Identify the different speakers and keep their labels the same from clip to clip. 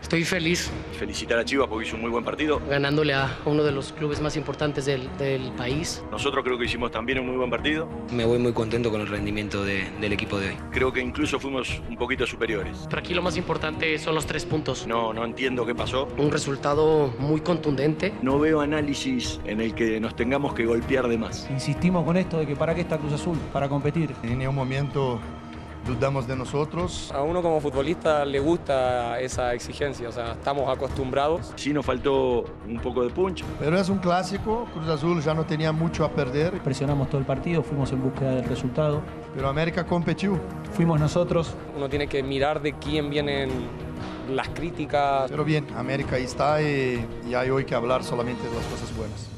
Speaker 1: Estoy feliz
Speaker 2: Felicitar a Chivas porque hizo un muy buen partido.
Speaker 1: ganándole a uno de los clubes más importantes del, del país.
Speaker 2: Nosotros creo que hicimos también un muy buen partido.
Speaker 3: Me voy muy contento con el rendimiento de- del equipo de hoy.
Speaker 2: Creo que incluso fuimos un poquito superiores.
Speaker 1: Pero aquí lo más importante son los tres puntos.
Speaker 2: No, no entiendo qué pasó.
Speaker 1: Un resultado muy contundente.
Speaker 2: No veo análisis en el que nos tengamos que golpear de más.
Speaker 4: Insistimos con esto de que para qué está Cruz Azul, para competir.
Speaker 5: En ningún momento dudamos de nosotros.
Speaker 6: A uno como futbolista le gusta esa exigencia, o sea, estamos acostumbrados.
Speaker 2: Sí nos faltó un poco de punch.
Speaker 5: Pero es un clásico, Cruz Azul ya no tenía mucho a perder,
Speaker 4: Presionamos todo el partido, fuimos en búsqueda del resultado.
Speaker 5: pero América competió.
Speaker 4: Fuimos nosotros,
Speaker 6: Uno tiene que mirar de quién vienen las críticas.
Speaker 5: Pero bien, América ahí está y, y hay hoy que hablar solamente de las cosas buenas.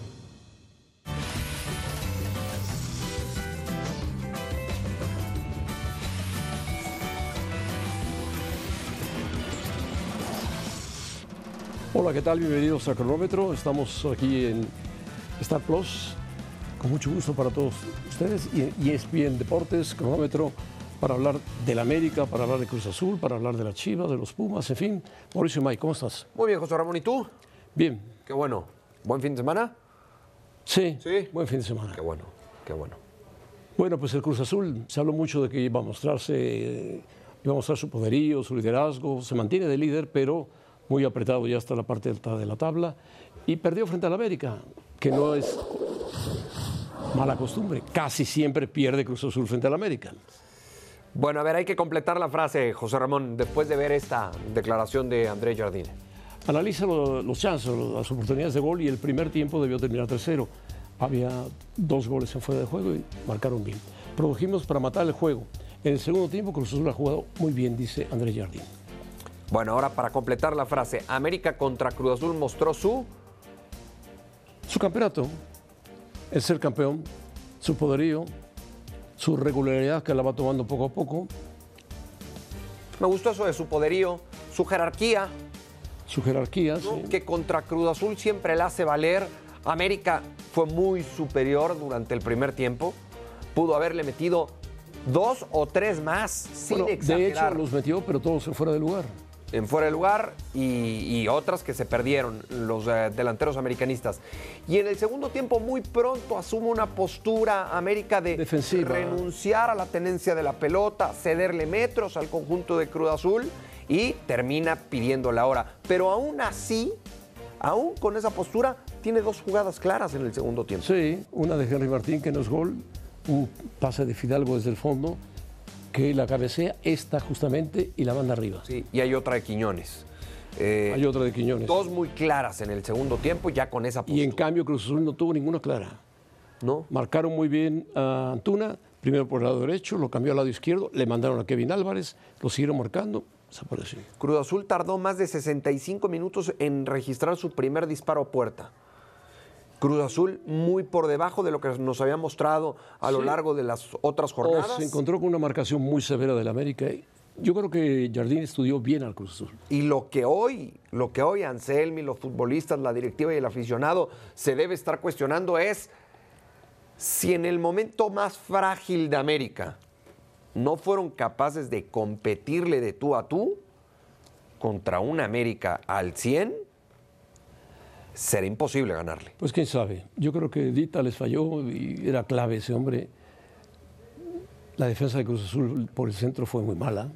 Speaker 7: Hola, ¿qué tal? Bienvenidos a Cronómetro. Estamos aquí en Star Plus, con mucho gusto para todos ustedes y en E ESPN Deportes, Cronómetro, para hablar del América, para hablar de Cruz Azul, para hablar de la Chivas, de los Pumas, en fin. Mauricio May, ¿cómo estás?
Speaker 8: Muy bien, José Ramón, ¿y tú?
Speaker 7: Bien.
Speaker 8: Qué bueno. ¿Buen fin de semana?
Speaker 7: Sí,
Speaker 8: Sí.
Speaker 7: buen fin de semana.
Speaker 8: Qué bueno, qué bueno.
Speaker 7: Bueno, pues el Cruz Azul, se habló mucho de que iba a mostrarse, eh, iba a mostrar su poderío, su liderazgo, se mantiene de líder, pero muy apretado ya hasta la parte alta de la tabla, y perdió frente al América, que no es mala costumbre, casi siempre pierde Cruz Azul frente al América.
Speaker 8: Bueno, a ver, hay que completar la frase, José Ramón, después de ver esta declaración de André Jardine.
Speaker 7: Analiza lo- los chances, lo- las oportunidades de gol y el primer tiempo debió terminar tercero. Había dos goles en fuera de juego y marcaron bien. Produjimos para matar el juego. En el segundo tiempo Cruz Azul ha jugado muy bien, dice Andrés Jardín.
Speaker 8: Bueno, ahora para completar la frase, América contra Cruz Azul mostró su...
Speaker 7: Su campeonato, el ser campeón, su poderío, su regularidad que la va tomando poco a poco,
Speaker 8: Me gustó eso de su poderío, su jerarquía,
Speaker 7: su jerarquía.
Speaker 8: ¿no?
Speaker 7: sí.
Speaker 8: que contra Cruz Azul siempre la hace valer. América fue muy superior durante el primer tiempo. Pudo haberle metido dos o tres más sin
Speaker 7: Bueno, de hecho
Speaker 8: exagerar.
Speaker 7: los metió, pero todos en fuera de lugar.
Speaker 8: en fuera de lugar y, y otras que se perdieron los eh, delanteros americanistas. Y en el segundo tiempo muy pronto asume una postura América de
Speaker 7: Defensiva.
Speaker 8: renunciar a la tenencia de la pelota, cederle metros al conjunto de Cruz Azul y termina pidiendo la hora. Pero aún así, aún con esa postura, tiene dos jugadas claras en el segundo tiempo.
Speaker 7: Sí, una de Henry Martín que no es gol, un pase de Fidalgo desde el fondo, que la cabecea esta justamente y la manda arriba.
Speaker 8: Sí, y hay otra de Quiñones. Eh,
Speaker 7: Hay otra de Quiñones.
Speaker 8: Dos muy claras en el segundo tiempo, ya con esa postura.
Speaker 7: Y en cambio Cruz Azul no tuvo ninguna clara.
Speaker 8: ¿no?
Speaker 7: Marcaron muy bien a Antuna, primero por el lado derecho, lo cambió al lado izquierdo, le mandaron a Kevin Álvarez, lo siguieron marcando, desapareció.
Speaker 8: Cruz Azul tardó más de 65 minutos en registrar su primer disparo a puerta. Cruz Azul muy por debajo de lo que nos había mostrado a lo largo de las otras
Speaker 7: O
Speaker 8: jornadas.
Speaker 7: se encontró con una marcación muy severa del América. Yo creo que Jardín estudió bien al Cruz Azul.
Speaker 8: Y lo que hoy, lo que hoy Anselmi, los futbolistas, la directiva y el aficionado se debe estar cuestionando es si en el momento más frágil de América no fueron capaces de competirle de tú a tú contra una América al 100, será imposible ganarle.
Speaker 7: Pues quién sabe. Yo creo que Dita les falló y era clave ese hombre. La defensa de Cruz Azul por el centro fue muy mala.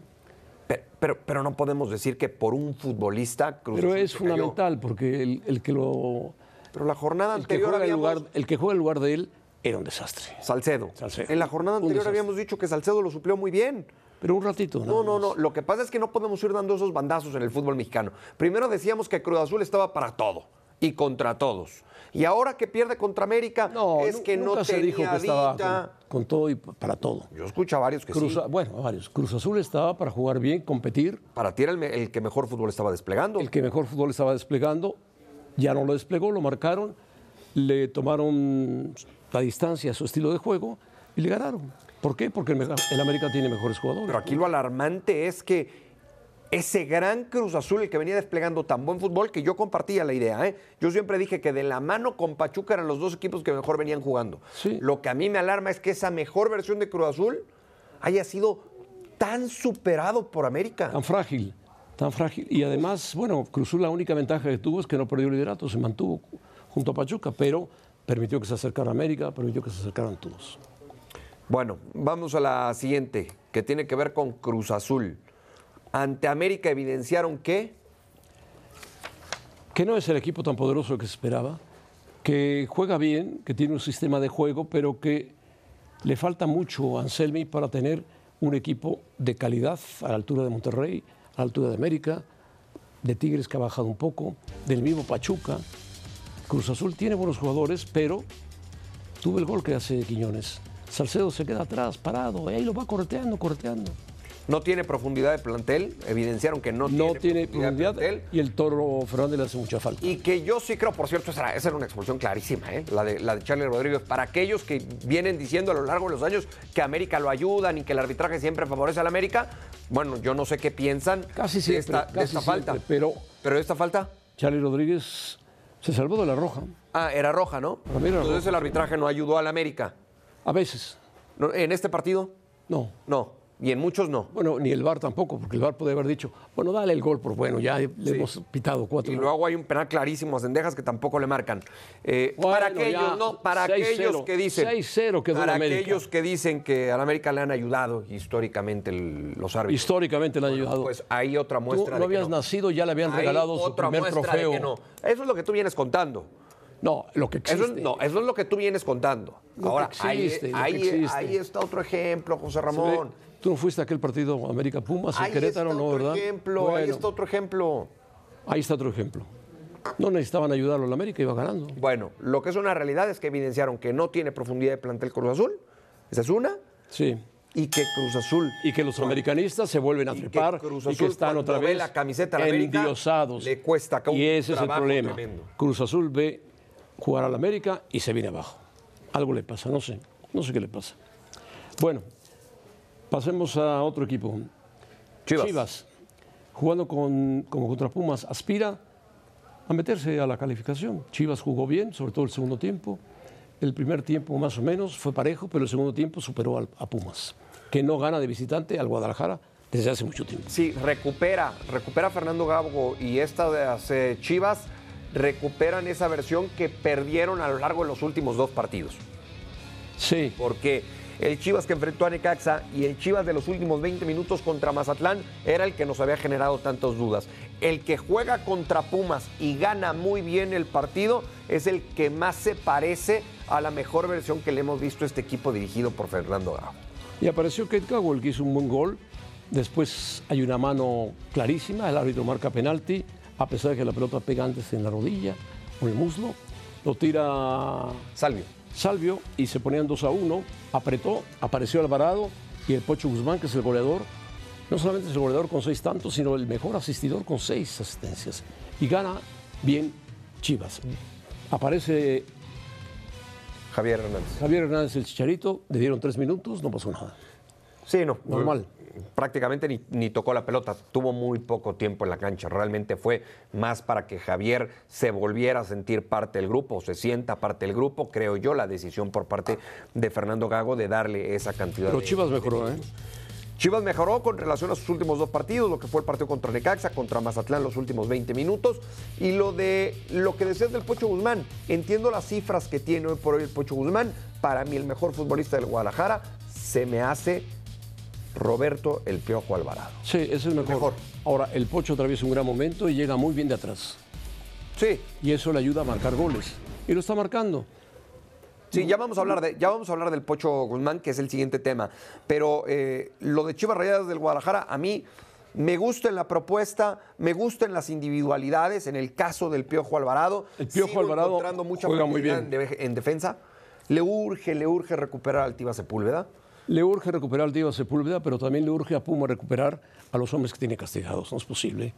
Speaker 8: Pero, pero- pero no podemos decir que por un futbolista Cruz
Speaker 7: Pero
Speaker 8: Azul
Speaker 7: es
Speaker 8: se cayó.
Speaker 7: fundamental porque el, el que lo.
Speaker 8: Pero la jornada
Speaker 7: El que,
Speaker 8: anterior
Speaker 7: juega en
Speaker 8: habíamos-
Speaker 7: lugar, el que juega en lugar de él era un desastre.
Speaker 8: Salcedo.
Speaker 7: Salcedo.
Speaker 8: En la jornada
Speaker 7: Un
Speaker 8: anterior
Speaker 7: desastre.
Speaker 8: habíamos dicho que Salcedo lo suplió muy bien.
Speaker 7: Pero un ratito.
Speaker 8: No,
Speaker 7: nada
Speaker 8: no,
Speaker 7: más.
Speaker 8: no. Lo que pasa es que no podemos ir dando esos bandazos en el fútbol mexicano. Primero decíamos que Cruz Azul estaba para todo. y contra todos. Y ahora que pierde contra América,
Speaker 7: No,
Speaker 8: es
Speaker 7: nu-
Speaker 8: que no
Speaker 7: nunca se
Speaker 8: tenía
Speaker 7: dijo que estaba
Speaker 8: Dita.
Speaker 7: con, con todo y p- para todo.
Speaker 8: Yo escucho a varios que
Speaker 7: Cruz,
Speaker 8: sí.
Speaker 7: Bueno, varios. Cruz Azul estaba para jugar bien, competir.
Speaker 8: Para ti era el, me- el que mejor fútbol estaba desplegando.
Speaker 7: El que mejor fútbol estaba desplegando, ya no lo desplegó, lo marcaron, le tomaron la distancia a su estilo de juego y le ganaron. ¿Por qué? Porque el, meja- el América tiene mejores jugadores.
Speaker 8: Pero aquí lo alarmante es que ese gran Cruz Azul, el que venía desplegando tan buen fútbol, que yo compartía la idea. ¿eh? Yo siempre dije que de la mano con Pachuca eran los dos equipos que mejor venían jugando.
Speaker 7: Sí.
Speaker 8: Lo que a mí me alarma es que esa mejor versión de Cruz Azul haya sido tan superado por América.
Speaker 7: Tan frágil, tan frágil. Y además, bueno, Cruz Azul la única ventaja que tuvo es que no perdió el liderato, se mantuvo junto a Pachuca, pero permitió que se acercara América, permitió que se acercaran todos.
Speaker 8: Bueno, vamos a la siguiente, que tiene que ver con Cruz Azul. Ante América evidenciaron que
Speaker 7: que no es el equipo tan poderoso que se esperaba, que juega bien, que tiene un sistema de juego, pero que le falta mucho a Anselmi para tener un equipo de calidad a la altura de Monterrey, a la altura de América, de Tigres que ha bajado un poco, del mismo Pachuca. Cruz Azul tiene buenos jugadores, pero tuvo el gol que hace Quiñones. Salcedo se queda atrás, parado, y ahí lo va correteando, correteando.
Speaker 8: no tiene profundidad de plantel, evidenciaron que no,
Speaker 7: No tiene
Speaker 8: de
Speaker 7: profundidad
Speaker 8: plantel.
Speaker 7: y el Toro Fernández le hace mucha falta.
Speaker 8: Y que yo sí creo, por cierto, esa era, esa era una expulsión clarísima, ¿eh? la, de, la de Charlie Rodríguez. Para aquellos que vienen diciendo a lo largo de los años que América lo ayudan y que el arbitraje siempre favorece al América, bueno, yo no sé qué piensan
Speaker 7: Casi
Speaker 8: de
Speaker 7: siempre,
Speaker 8: esta, de
Speaker 7: casi
Speaker 8: esta falta.
Speaker 7: siempre, pero-
Speaker 8: pero esta falta,
Speaker 7: Charlie Rodríguez se salvó de la roja.
Speaker 8: ah, era roja, ¿no?
Speaker 7: Para mí era
Speaker 8: Entonces
Speaker 7: roja.
Speaker 8: el arbitraje no ayudó al América.
Speaker 7: A veces,
Speaker 8: No, en este partido,
Speaker 7: no.
Speaker 8: no. Y en muchos, no.
Speaker 7: Bueno, ni el VAR tampoco, porque el VAR puede haber dicho, bueno, dale el gol, por bueno, ya le hemos pitado cuatro.
Speaker 8: Y luego hay un penal clarísimo a Cendejas que tampoco le marcan. Eh,
Speaker 7: Bueno,
Speaker 8: para aquellos,
Speaker 7: ya.
Speaker 8: no, para
Speaker 7: 6-0.
Speaker 8: aquellos que dicen.
Speaker 7: 6-0 quedó
Speaker 8: Para
Speaker 7: la América.
Speaker 8: aquellos que dicen que a la América le han ayudado históricamente el- los árbitros.
Speaker 7: Históricamente le ha ayudado.
Speaker 8: Pues hay otra
Speaker 7: Tú
Speaker 8: muestra. de
Speaker 7: no
Speaker 8: que
Speaker 7: habías
Speaker 8: no.
Speaker 7: nacido, ya le habían
Speaker 8: Hay
Speaker 7: regalado su
Speaker 8: otra
Speaker 7: primer
Speaker 8: muestra de
Speaker 7: trofeo.
Speaker 8: que no. Eso es lo que tú vienes contando.
Speaker 7: No, lo que existe.
Speaker 8: Eso es, no, eso es lo que tú vienes contando.
Speaker 7: Lo que
Speaker 8: Ahora, ahí-
Speaker 7: existe, lo que
Speaker 8: ahí,
Speaker 7: existe.
Speaker 8: ahí está otro ejemplo, José Ramón.
Speaker 7: Se ve- Tú no fuiste a aquel partido América Pumas en
Speaker 8: Ahí está
Speaker 7: Querétaro, ¿no,
Speaker 8: otro
Speaker 7: verdad?
Speaker 8: ejemplo, ahí
Speaker 7: Bueno,
Speaker 8: está otro ejemplo.
Speaker 7: ahí está otro ejemplo. No necesitaban ayudarlo al América, iba ganando.
Speaker 8: Bueno, lo que es una realidad es que evidenciaron que no tiene profundidad de plantel Cruz Azul, esa es una,
Speaker 7: Sí.
Speaker 8: y que Cruz Azul
Speaker 7: Y que los americanistas se vuelven a
Speaker 8: y que
Speaker 7: trepar
Speaker 8: Cruz
Speaker 7: y que
Speaker 8: Azul
Speaker 7: están
Speaker 8: cuando
Speaker 7: otra
Speaker 8: ve
Speaker 7: vez
Speaker 8: la camiseta de la América,
Speaker 7: endiosados.
Speaker 8: le cuesta acá un
Speaker 7: Y ese es el
Speaker 8: trabajo
Speaker 7: problema.
Speaker 8: tremendo.
Speaker 7: Cruz Azul ve jugar al América y se viene abajo. Algo le pasa, no sé. No sé qué le pasa. Bueno, pasemos a otro equipo.
Speaker 8: Chivas.
Speaker 7: jugando con, como contra Pumas, aspira a meterse a la calificación. Chivas jugó bien, sobre todo el segundo tiempo. El primer tiempo más o menos fue parejo, pero el segundo tiempo superó al- a Pumas, que no gana de visitante al Guadalajara desde hace mucho tiempo.
Speaker 8: Sí, recupera, recupera Fernando Gago y estas eh, Chivas recuperan esa versión que perdieron a lo largo de los últimos dos partidos.
Speaker 7: Sí,
Speaker 8: Porque el Chivas que enfrentó a Necaxa y el Chivas de los últimos 20 minutos contra Mazatlán era el que nos había generado tantas dudas. El que juega contra Pumas y gana muy bien el partido es el que más se parece a la mejor versión que le hemos visto a este equipo dirigido por Fernando Gago.
Speaker 7: y apareció Kate Cowell, que hizo un buen gol. Después hay una mano clarísima, el árbitro marca penalti, a pesar de que la pelota pega antes en la rodilla o en el muslo. Lo tira
Speaker 8: Salvio.
Speaker 7: Salvio y se ponían 2 a 1, apretó, apareció Alvarado y el Pocho Guzmán, que es el goleador. No solamente es el goleador con seis tantos, sino el mejor asistidor con seis asistencias. Y gana bien Chivas. Aparece
Speaker 8: Javier Hernández.
Speaker 7: Javier Hernández el Chicharito, le dieron tres minutos, no pasó nada.
Speaker 8: Sí, no.
Speaker 7: Normal.
Speaker 8: Prácticamente ni, ni tocó la pelota, tuvo muy poco tiempo en la cancha. Realmente fue más para que Javier se volviera a sentir parte del grupo, o se sienta parte del grupo, creo yo, la decisión por parte de Fernando Gago de darle esa cantidad
Speaker 7: Pero
Speaker 8: de
Speaker 7: Chivas mejoró, ¿eh?
Speaker 8: Chivas mejoró con relación a sus últimos dos partidos, lo que fue el partido contra Necaxa, contra Mazatlán los últimos 20 minutos. Y lo de lo que decías del Pocho Guzmán, entiendo las cifras que tiene hoy por hoy el Pocho Guzmán. Para mí, el mejor futbolista del Guadalajara se me hace Roberto El Piojo Alvarado.
Speaker 7: Sí, ese es el mejor.
Speaker 8: Mejor.
Speaker 7: Ahora, el Pocho atraviesa un gran momento y llega muy bien de atrás.
Speaker 8: Sí,
Speaker 7: Y eso le ayuda a marcar goles. Y lo está marcando.
Speaker 8: Sí, ya vamos a hablar de, ya vamos a hablar del Pocho Guzmán, que es el siguiente tema. Pero eh, lo de Chivas Rayadas del Guadalajara, a mí Me gusta en la propuesta, me gusta en las individualidades, en el caso del Piojo Alvarado.
Speaker 7: El Piojo
Speaker 8: sigo
Speaker 7: Alvarado
Speaker 8: encontrando mucha
Speaker 7: juega muy
Speaker 8: profundidad
Speaker 7: bien.
Speaker 8: En, de- en defensa. Le urge, le urge recuperar al Tiva Sepúlveda.
Speaker 7: Le urge recuperar al Diego Sepúlveda, pero también le urge a Puma recuperar a los hombres que tiene castigados. No es posible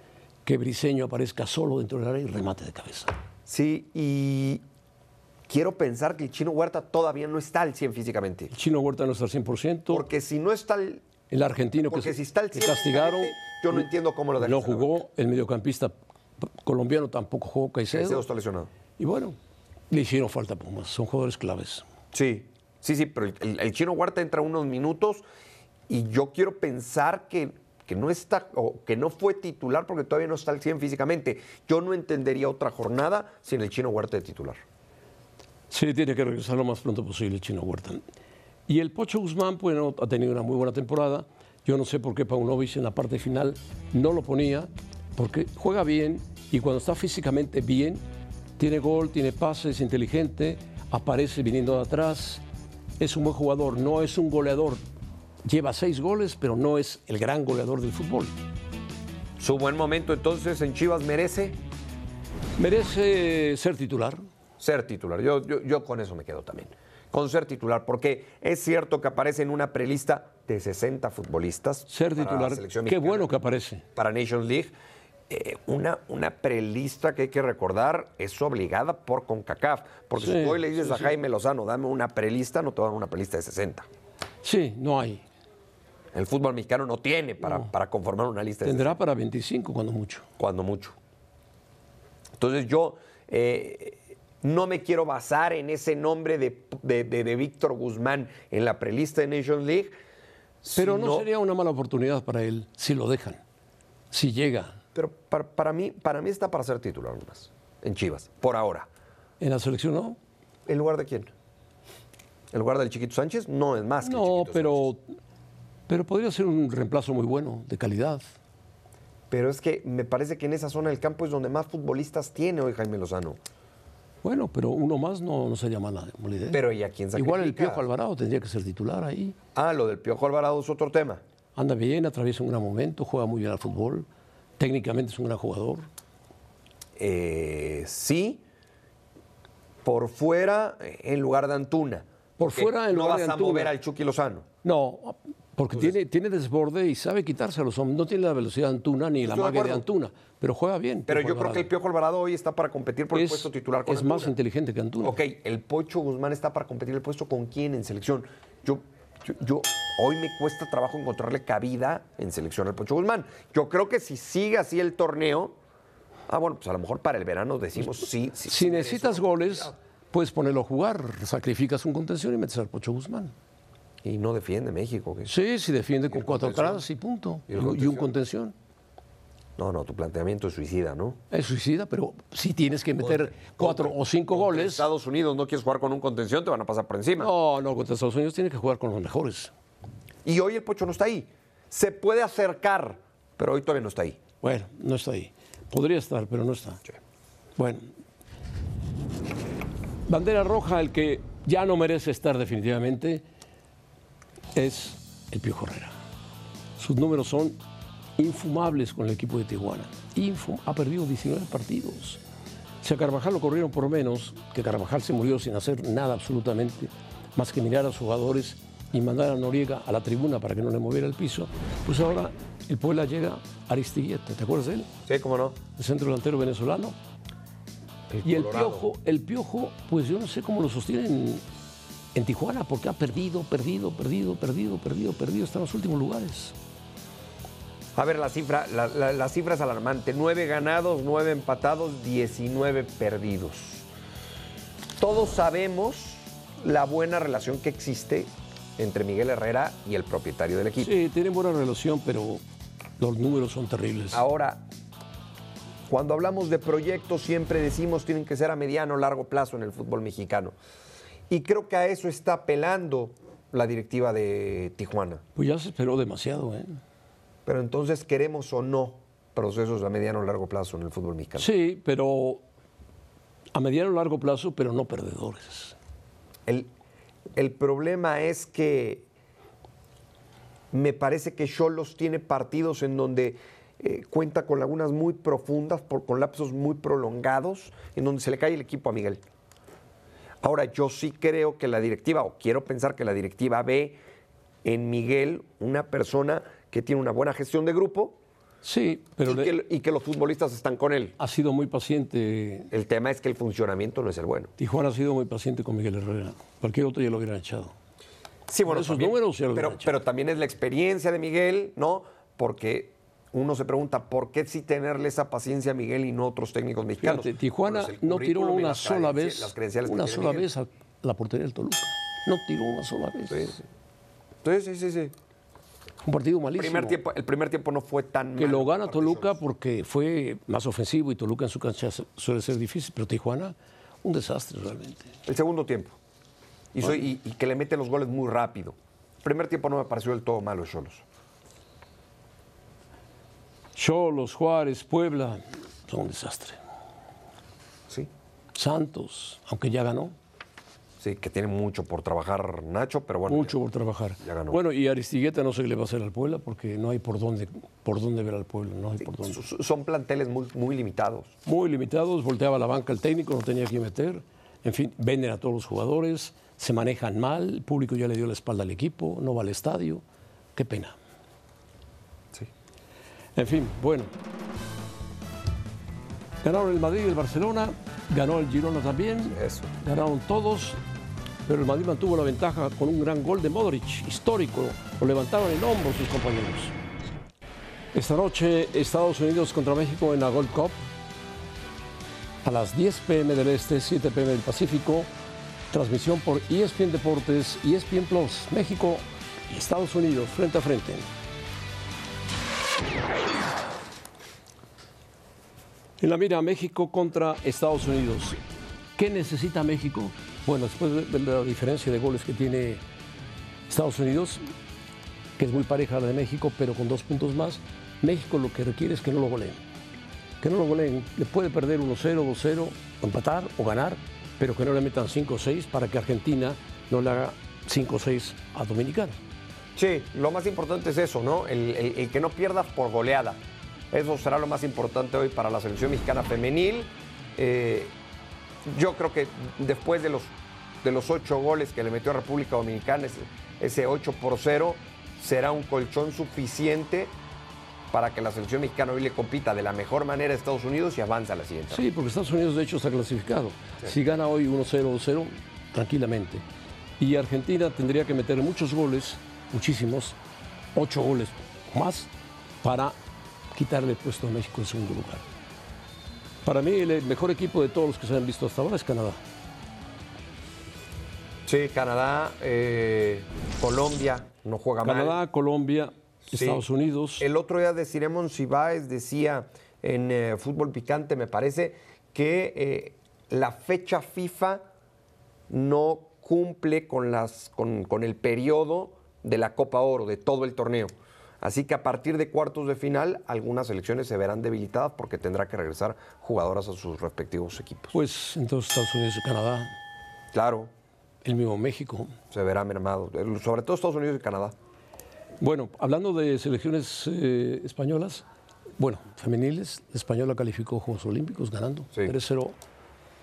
Speaker 7: que Briseño aparezca solo dentro del área y remate de cabeza.
Speaker 8: Sí, y quiero pensar que el Chino Huerta todavía no está al 100 físicamente.
Speaker 7: El chino Huerta no está al 100%.
Speaker 8: Porque si no está al...
Speaker 7: el argentino que,
Speaker 8: Porque
Speaker 7: se-
Speaker 8: si está al
Speaker 7: que
Speaker 8: 100
Speaker 7: castigaron. eh,
Speaker 8: yo no entiendo cómo lo dejaste
Speaker 7: No
Speaker 8: en la
Speaker 7: jugó. El mediocampista p- colombiano tampoco jugó
Speaker 8: Caicedo
Speaker 7: Caicedo.
Speaker 8: está lesionado.
Speaker 7: Y bueno, le hicieron falta a Pumas. Son jugadores claves.
Speaker 8: Sí, sí, sí, pero el, el- el chino Huerta entra unos minutos y yo quiero pensar que, que no está o que no fue titular porque todavía no está al 100 físicamente. Yo no entendería otra jornada sin el chino Huerta de titular.
Speaker 7: Sí, tiene que regresar lo más pronto posible el chino Huerta. Y el Pocho Guzmán, bueno, ha tenido una muy buena temporada. Yo no sé por qué Paunovic en la parte final no lo ponía, porque juega bien y cuando está físicamente bien, tiene gol, tiene pases, es inteligente, aparece viniendo de atrás. Es un buen jugador, no es un goleador. Lleva seis goles, pero no es el gran goleador del fútbol.
Speaker 8: Su buen momento entonces en Chivas merece
Speaker 7: Merece ser titular,
Speaker 8: ser titular. Yo, yo, yo con eso me quedo también. Con ser titular, porque es cierto que aparece en una prelista de 60 futbolistas.
Speaker 7: ser
Speaker 8: para la
Speaker 7: titular.
Speaker 8: selección
Speaker 7: Qué
Speaker 8: mexicana.
Speaker 7: bueno que aparece.
Speaker 8: para Nations League. eh, una, una prelista que hay que recordar es obligada por CONCACAF. Porque si
Speaker 7: Sí,
Speaker 8: tú hoy le dices
Speaker 7: sí,
Speaker 8: a Jaime Lozano, dame una prelista, no te va a dar una prelista de 60.
Speaker 7: Sí, no hay.
Speaker 8: El fútbol mexicano no tiene para, para conformar una lista de 60.
Speaker 7: Tendrá para 25 cuando mucho.
Speaker 8: cuando mucho. Entonces yo eh, no me quiero basar en ese nombre de, de- de- de Víctor Guzmán en la prelista de Nations League.
Speaker 7: Pero
Speaker 8: sino-
Speaker 7: no sería una mala oportunidad para él si lo dejan, si llega
Speaker 8: Pero para, para mí, para mí está para ser titular nomás, en Chivas, por ahora.
Speaker 7: en la selección, ¿no?
Speaker 8: ¿En lugar de quién? ¿En lugar del Chiquito Sánchez? No, es más. que el
Speaker 7: No,
Speaker 8: Chiquito Sánchez.
Speaker 7: pero, pero podría ser un reemplazo muy bueno, de calidad.
Speaker 8: Pero es que me parece que en esa zona del campo es donde más futbolistas tiene hoy Jaime Lozano.
Speaker 7: Bueno, pero uno más no, no sería mala, mala idea.
Speaker 8: Pero ¿y a quién
Speaker 7: Igual el
Speaker 8: sacrificas?
Speaker 7: Piojo Alvarado tendría que ser titular ahí.
Speaker 8: Ah, lo del Piojo Alvarado es otro tema.
Speaker 7: Anda bien, atraviesa un gran momento, juega muy bien al fútbol, técnicamente es un gran jugador.
Speaker 8: Eh, sí, por fuera eh, en lugar de Antuna.
Speaker 7: Por
Speaker 8: Porque
Speaker 7: fuera en
Speaker 8: no
Speaker 7: lugar de
Speaker 8: vas a
Speaker 7: Antuna.
Speaker 8: mover al Chucky Lozano.
Speaker 7: No, porque
Speaker 8: pues
Speaker 7: tiene, tiene desborde y sabe quitarse a los hombres. No tiene la velocidad de Antuna ni la
Speaker 8: Estoy de
Speaker 7: magia de
Speaker 8: acuerdo.
Speaker 7: Antuna, pero juega bien.
Speaker 8: Pero
Speaker 7: Piojo
Speaker 8: yo creo que el
Speaker 7: Alvarado.
Speaker 8: Piojo Alvarado hoy está para competir por el
Speaker 7: Es-
Speaker 8: puesto titular con
Speaker 7: Es más
Speaker 8: Antuna.
Speaker 7: inteligente que Antuna.
Speaker 8: Ok, el Pocho Guzmán está para competir el puesto con quién en selección. Yo, yo, yo- hoy me cuesta trabajo encontrarle cabida en selección al Pocho Guzmán. Yo creo que si sigue así el torneo, ah, bueno, pues a lo mejor para el verano decimos sí. sí, sí
Speaker 7: Si necesitas goles, puedes ponerlo a jugar. Sacrificas un contención y metes al Pocho Guzmán.
Speaker 8: Y no defiende México. que-
Speaker 7: Sí, si defiende con cuatro atrás y punto.
Speaker 8: ¿Y
Speaker 7: Y,
Speaker 8: el
Speaker 7: un contención.
Speaker 8: No, no, tu planteamiento es suicida, ¿no?
Speaker 7: Es suicida, pero si tienes que meter cuatro o cinco
Speaker 8: Contra
Speaker 7: goles.
Speaker 8: Estados Unidos no quieres jugar con un contención, te van a pasar por encima.
Speaker 7: No, no, contra Estados Unidos tienes que jugar con los mejores.
Speaker 8: Y hoy el Pocho no está ahí. Se puede acercar, pero hoy todavía no está ahí.
Speaker 7: Bueno, no está ahí. Podría estar, pero no está. Bueno. Bandera roja, el que ya no merece estar definitivamente, es el Piojo Herrera. Sus números son infumables con el equipo de Tijuana. Infu- ha perdido 19 partidos. Si a Carvajal lo corrieron por menos, que Carvajal se murió sin hacer nada absolutamente, más que mirar a sus jugadores y mandar a Noriega a la tribuna para que no le moviera el piso, pues ahora el Puebla llega a Aristiguieta. ¿Te acuerdas de él?
Speaker 8: Sí, cómo no.
Speaker 7: el centro delantero venezolano. y el piojo, el piojo, pues yo no sé cómo lo sostienen en Tijuana, porque ha perdido, perdido, perdido, perdido, perdido, perdido, está en los últimos lugares.
Speaker 8: A ver, la cifra, la, la- la cifra es alarmante. Nueve ganados, nueve empatados, 19 perdidos. Todos sabemos la buena relación que existe entre Miguel Herrera y el propietario del equipo.
Speaker 7: Sí, tienen buena relación, pero los números son terribles.
Speaker 8: Ahora, cuando hablamos de proyectos, siempre decimos tienen que ser a mediano o largo plazo en el fútbol mexicano. Y creo que a eso está apelando la directiva de Tijuana.
Speaker 7: Pues ya se esperó demasiado, ¿eh?
Speaker 8: Pero entonces, queremos o no procesos a mediano o largo plazo en el fútbol mexicano.
Speaker 7: Sí, pero a mediano o largo plazo, pero no perdedores.
Speaker 8: El, el problema es que Me parece que Cholos tiene partidos en donde eh, cuenta con lagunas muy profundas, por, con lapsos muy prolongados, en donde se le cae el equipo a Miguel. Ahora, yo sí creo que la directiva, o quiero pensar que la directiva ve en Miguel una persona que tiene una buena gestión de grupo
Speaker 7: Sí, pero
Speaker 8: y,
Speaker 7: le-
Speaker 8: que, y que los futbolistas están con él.
Speaker 7: ha sido muy paciente.
Speaker 8: El tema es que el funcionamiento no es el bueno.
Speaker 7: Tijuana ha sido muy paciente con Miguel Herrera. Cualquier otro ya lo hubiera echado.
Speaker 8: Sí,
Speaker 7: Por
Speaker 8: bueno,
Speaker 7: esos
Speaker 8: también,
Speaker 7: números ya lo
Speaker 8: pero,
Speaker 7: hubieran hecho.
Speaker 8: pero también es la experiencia de Miguel, ¿no? Porque uno se pregunta, ¿por qué sí tenerle esa paciencia a Miguel y no a otros técnicos mexicanos?
Speaker 7: Fíjate, Tijuana
Speaker 8: Bueno, es el
Speaker 7: no tiró
Speaker 8: currículum y
Speaker 7: una
Speaker 8: las
Speaker 7: sola
Speaker 8: credencia-
Speaker 7: vez,
Speaker 8: las credenciales que
Speaker 7: una
Speaker 8: tiene
Speaker 7: sola
Speaker 8: Miguel.
Speaker 7: vez a la portería del Toluca. No tiró una sola vez.
Speaker 8: Entonces, sí, sí, sí.
Speaker 7: Un partido
Speaker 8: El
Speaker 7: malísimo.
Speaker 8: primer, tiempo, el primer tiempo no fue tan
Speaker 7: que
Speaker 8: malo
Speaker 7: lo
Speaker 8: por
Speaker 7: gana
Speaker 8: parte de
Speaker 7: Toluca
Speaker 8: Cholos.
Speaker 7: porque fue más ofensivo y Toluca en su cancha su- suele ser difícil, pero Tijuana un desastre realmente.
Speaker 8: El segundo tiempo. Y, soy- y- y que le mete los goles muy rápido. El primer tiempo no me pareció del todo malo, Cholos.
Speaker 7: Cholos, Juárez, Puebla, son un desastre.
Speaker 8: Sí.
Speaker 7: Santos, aunque ya ganó,
Speaker 8: Sí, que tiene mucho por trabajar Nacho, pero bueno.
Speaker 7: mucho
Speaker 8: ya.
Speaker 7: por trabajar.
Speaker 8: ya ganó.
Speaker 7: Bueno, y Aristigueta no sé qué le va a hacer al Puebla porque no hay por dónde, por dónde ver al Puebla, no hay por dónde.
Speaker 8: S- Son planteles muy, muy limitados.
Speaker 7: Muy limitados, volteaba la banca el técnico, no tenía que meter. En fin, venden a todos los jugadores, se manejan mal, el público ya le dio la espalda al equipo, no va al estadio. Qué pena.
Speaker 8: Sí.
Speaker 7: En fin, bueno. Ganaron el Madrid y el Barcelona, ganó el Girona también,
Speaker 8: Eso.
Speaker 7: ganaron todos, pero el Madrid mantuvo la ventaja con un gran gol de Modric, histórico. Lo levantaron el hombro sus compañeros. Esta noche Estados Unidos contra México en la Gold Cup a las 10 pm del Este, 7 pm del Pacífico. Transmisión por E ESPN Deportes, E ESPN Plus, México y Estados Unidos frente a frente. En la mira, México contra Estados Unidos. ¿Qué necesita México? Bueno, después de, de la diferencia de goles que tiene Estados Unidos, que es muy pareja a la de México, pero con dos puntos más, México lo que requiere es que no lo goleen. Que no lo goleen. Le puede perder 1-0, 2-0, o empatar o ganar, pero que no le metan 5-6 para que Argentina no le haga 5-6 a Dominicana.
Speaker 8: Sí, lo más importante es eso, ¿no? El, el- el que no pierdas por goleada. Eso será lo más importante hoy para la selección mexicana femenil. Eh, yo creo que después de los, de los ocho goles que le metió a República Dominicana, ese, ese 8 por 0 será un colchón suficiente para que la selección mexicana hoy le compita de la mejor manera a Estados Unidos y avance a la siguiente.
Speaker 7: Sí, porque Estados Unidos de hecho está clasificado. Si gana hoy 1-0 2-0, tranquilamente. Y Argentina tendría que meter muchos goles, muchísimos, ocho goles más, para quitarle el puesto a México en segundo lugar. Para mí el mejor equipo de todos los que se han visto hasta ahora es Canadá.
Speaker 8: Sí, Canadá, eh, Colombia no juega mal.
Speaker 7: Canadá, Colombia,
Speaker 8: Sí.
Speaker 7: Estados Unidos.
Speaker 8: El otro día de Ciremon Sibáez decía en eh, Fútbol Picante, me parece, que eh, la fecha FIFA no cumple con, las, con, con el periodo de la Copa Oro, de todo el torneo. Así que a partir de cuartos de final, algunas selecciones se verán debilitadas porque tendrá que regresar jugadoras a sus respectivos equipos.
Speaker 7: Pues entonces Estados Unidos y Canadá,
Speaker 8: Claro,
Speaker 7: el mismo México.
Speaker 8: se verá mermado, eh, sobre todo Estados Unidos y Canadá.
Speaker 7: Bueno, hablando de selecciones eh, españolas, bueno, femeniles, la española calificó Juegos Olímpicos ganando
Speaker 8: Sí.
Speaker 7: 3-0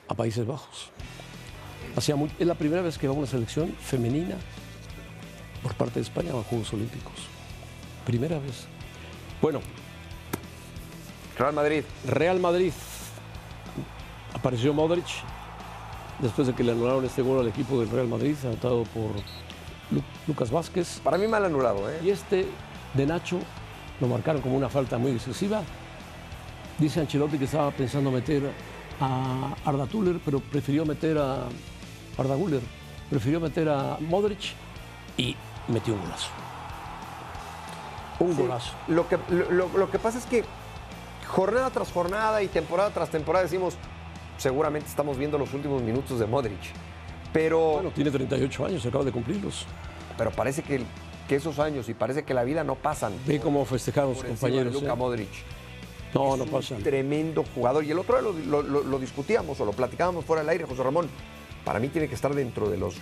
Speaker 7: a Países Bajos. Hacía mu- es la primera vez que va una selección femenina por parte de España a Juegos Olímpicos. Primera vez. Bueno,
Speaker 8: Real Madrid,
Speaker 7: Real Madrid. Apareció Modric después de que le anularon este gol al equipo del Real Madrid, anotado por Lu- Lucas Vázquez.
Speaker 8: para mí mal anulado, ¿eh?
Speaker 7: Y este de Nacho lo marcaron como una falta muy excesiva. Dice Ancelotti que estaba pensando meter a Arda Tuller, pero prefirió meter a Arda Güler, prefirió meter a Modric y metió un golazo. Un
Speaker 8: Sí,
Speaker 7: golazo.
Speaker 8: Lo que, lo- lo- lo que pasa es que jornada tras jornada y temporada tras temporada decimos, seguramente estamos viendo los últimos minutos de Modric. Pero,
Speaker 7: Bueno, tiene 38 años, acaba de cumplirlos.
Speaker 8: pero parece que, que esos años y parece que la vida no pasan.
Speaker 7: Ve cómo festejaron sus
Speaker 8: por encima de
Speaker 7: compañeros.
Speaker 8: Luka
Speaker 7: ¿eh?
Speaker 8: Modric.
Speaker 7: No, no
Speaker 8: un
Speaker 7: pasa.
Speaker 8: Tremendo jugador. Y el otro día lo, lo- lo- lo discutíamos o lo platicábamos fuera del aire, José Ramón. Para mí tiene que estar dentro de los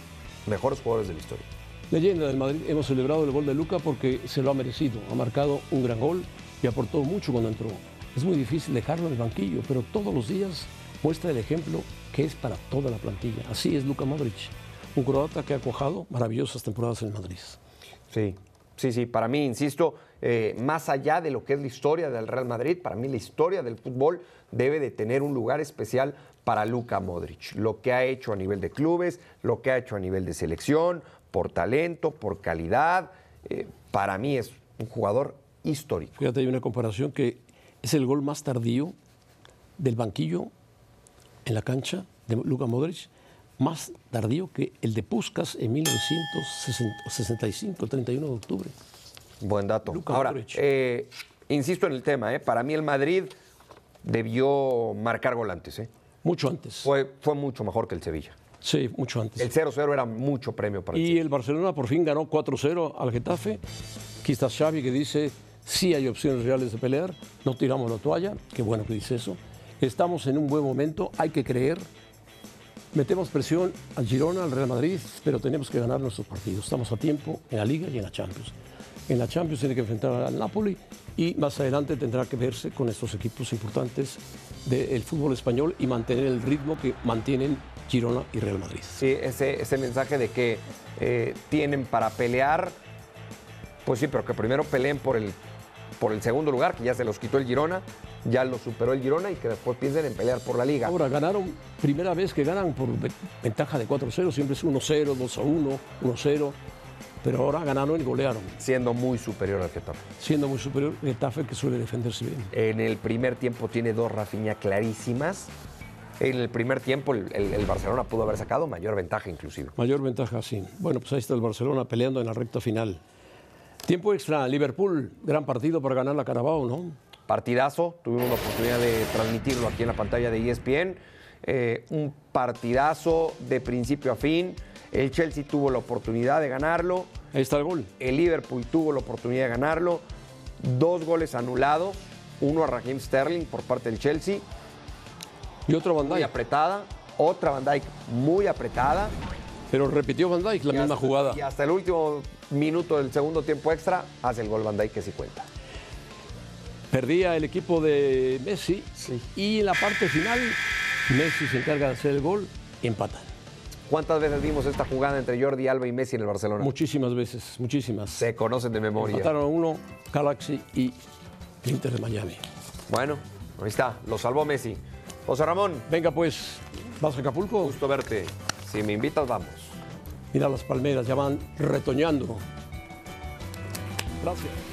Speaker 8: mejores jugadores de la historia.
Speaker 7: Leyenda del Madrid, hemos celebrado el gol de Luca porque se lo ha merecido. Ha marcado un gran gol y aportó mucho cuando entró. Es muy difícil dejarlo en el banquillo, pero todos los días muestra el ejemplo que es para toda la plantilla. Así es Luka Modric, un croata que ha cojado maravillosas temporadas en el Madrid.
Speaker 8: Sí, sí, sí. Para mí, insisto, eh, más allá de lo que es la historia del Real Madrid, para mí la historia del fútbol debe de tener un lugar especial para Luka Modric. Lo que ha hecho a nivel de clubes, lo que ha hecho a nivel de selección, por talento, por calidad, eh, para mí es un jugador histórico.
Speaker 7: Fíjate, hay una comparación que es el gol más tardío del banquillo en la cancha de Luka Modric, más tardío que el de Puskas en 1965, el 31 de octubre.
Speaker 8: Buen dato.
Speaker 7: Luka
Speaker 8: Ahora,
Speaker 7: Modric.
Speaker 8: eh, insisto en el tema, eh, para mí el Madrid debió marcar volantes. eh.
Speaker 7: Mucho antes.
Speaker 8: Fue, fue mucho mejor que el Sevilla.
Speaker 7: Sí, mucho antes.
Speaker 8: El 0-0 era mucho premio para el
Speaker 7: Y
Speaker 8: Sevilla.
Speaker 7: el Barcelona por fin ganó 4-0 al Getafe. Aquí está Xavi que dice, sí hay opciones reales de pelear, no tiramos la toalla, qué bueno que dice eso. Estamos en un buen momento, hay que creer. Metemos presión al Girona, al Real Madrid, pero tenemos que ganar nuestros partidos. Estamos a tiempo en la Liga y en la Champions. En la Champions tiene que enfrentar al Napoli y más adelante tendrá que verse con estos equipos importantes del fútbol español y mantener el ritmo que mantienen Girona y Real Madrid.
Speaker 8: Sí, ese, ese mensaje de que eh, tienen para pelear, pues sí, pero que primero peleen por el, por el segundo lugar, que ya se los quitó el Girona, ya lo superó el Girona y que después piensen en pelear por la liga.
Speaker 7: Ahora ganaron, primera vez que ganan por ve- ventaja de 4-0, siempre es 1-0, 2-1, 1-0, pero ahora ganaron y golearon,
Speaker 8: siendo muy superior al Getafe.
Speaker 7: siendo muy superior Getafe que suele defenderse bien.
Speaker 8: En el primer tiempo tiene dos Rafinha clarísimas. En el primer tiempo el, el- el Barcelona pudo haber sacado mayor ventaja inclusive.
Speaker 7: Mayor ventaja, sí. Bueno, pues ahí está el Barcelona peleando en la recta final. Tiempo extra, Liverpool, gran partido para ganar la Carabao, ¿no?
Speaker 8: partidazo. Tuvimos la oportunidad de transmitirlo aquí en la pantalla de E ESPN. Eh, un partidazo de principio a fin. El Chelsea tuvo la oportunidad de ganarlo.
Speaker 7: Ahí está el gol.
Speaker 8: El Liverpool tuvo la oportunidad de ganarlo. Dos goles anulados. Uno a Raheem Sterling por parte del Chelsea.
Speaker 7: Y otro Van
Speaker 8: Muy
Speaker 7: Dijk,
Speaker 8: apretada. Otra Van Dijk muy apretada.
Speaker 7: pero repitió Van Dijk la
Speaker 8: Y hasta-
Speaker 7: misma jugada.
Speaker 8: Y hasta el último minuto del segundo tiempo extra hace el gol Van Dijk que sí cuenta.
Speaker 7: Perdía el equipo de Messi y en la parte final Messi se encarga de hacer el gol y empatan.
Speaker 8: ¿Cuántas veces vimos esta jugada entre Jordi Alba y Messi en el Barcelona?
Speaker 7: Muchísimas veces, muchísimas.
Speaker 8: Se conocen de memoria.
Speaker 7: Mataron a uno, Galaxy y Inter de Miami.
Speaker 8: Bueno, ahí está, lo salvó Messi. José Ramón,
Speaker 7: Venga pues, ¿vas a Acapulco?
Speaker 8: gusto verte. Si me invitas, vamos.
Speaker 7: Mira las palmeras, ya van retoñando. Gracias.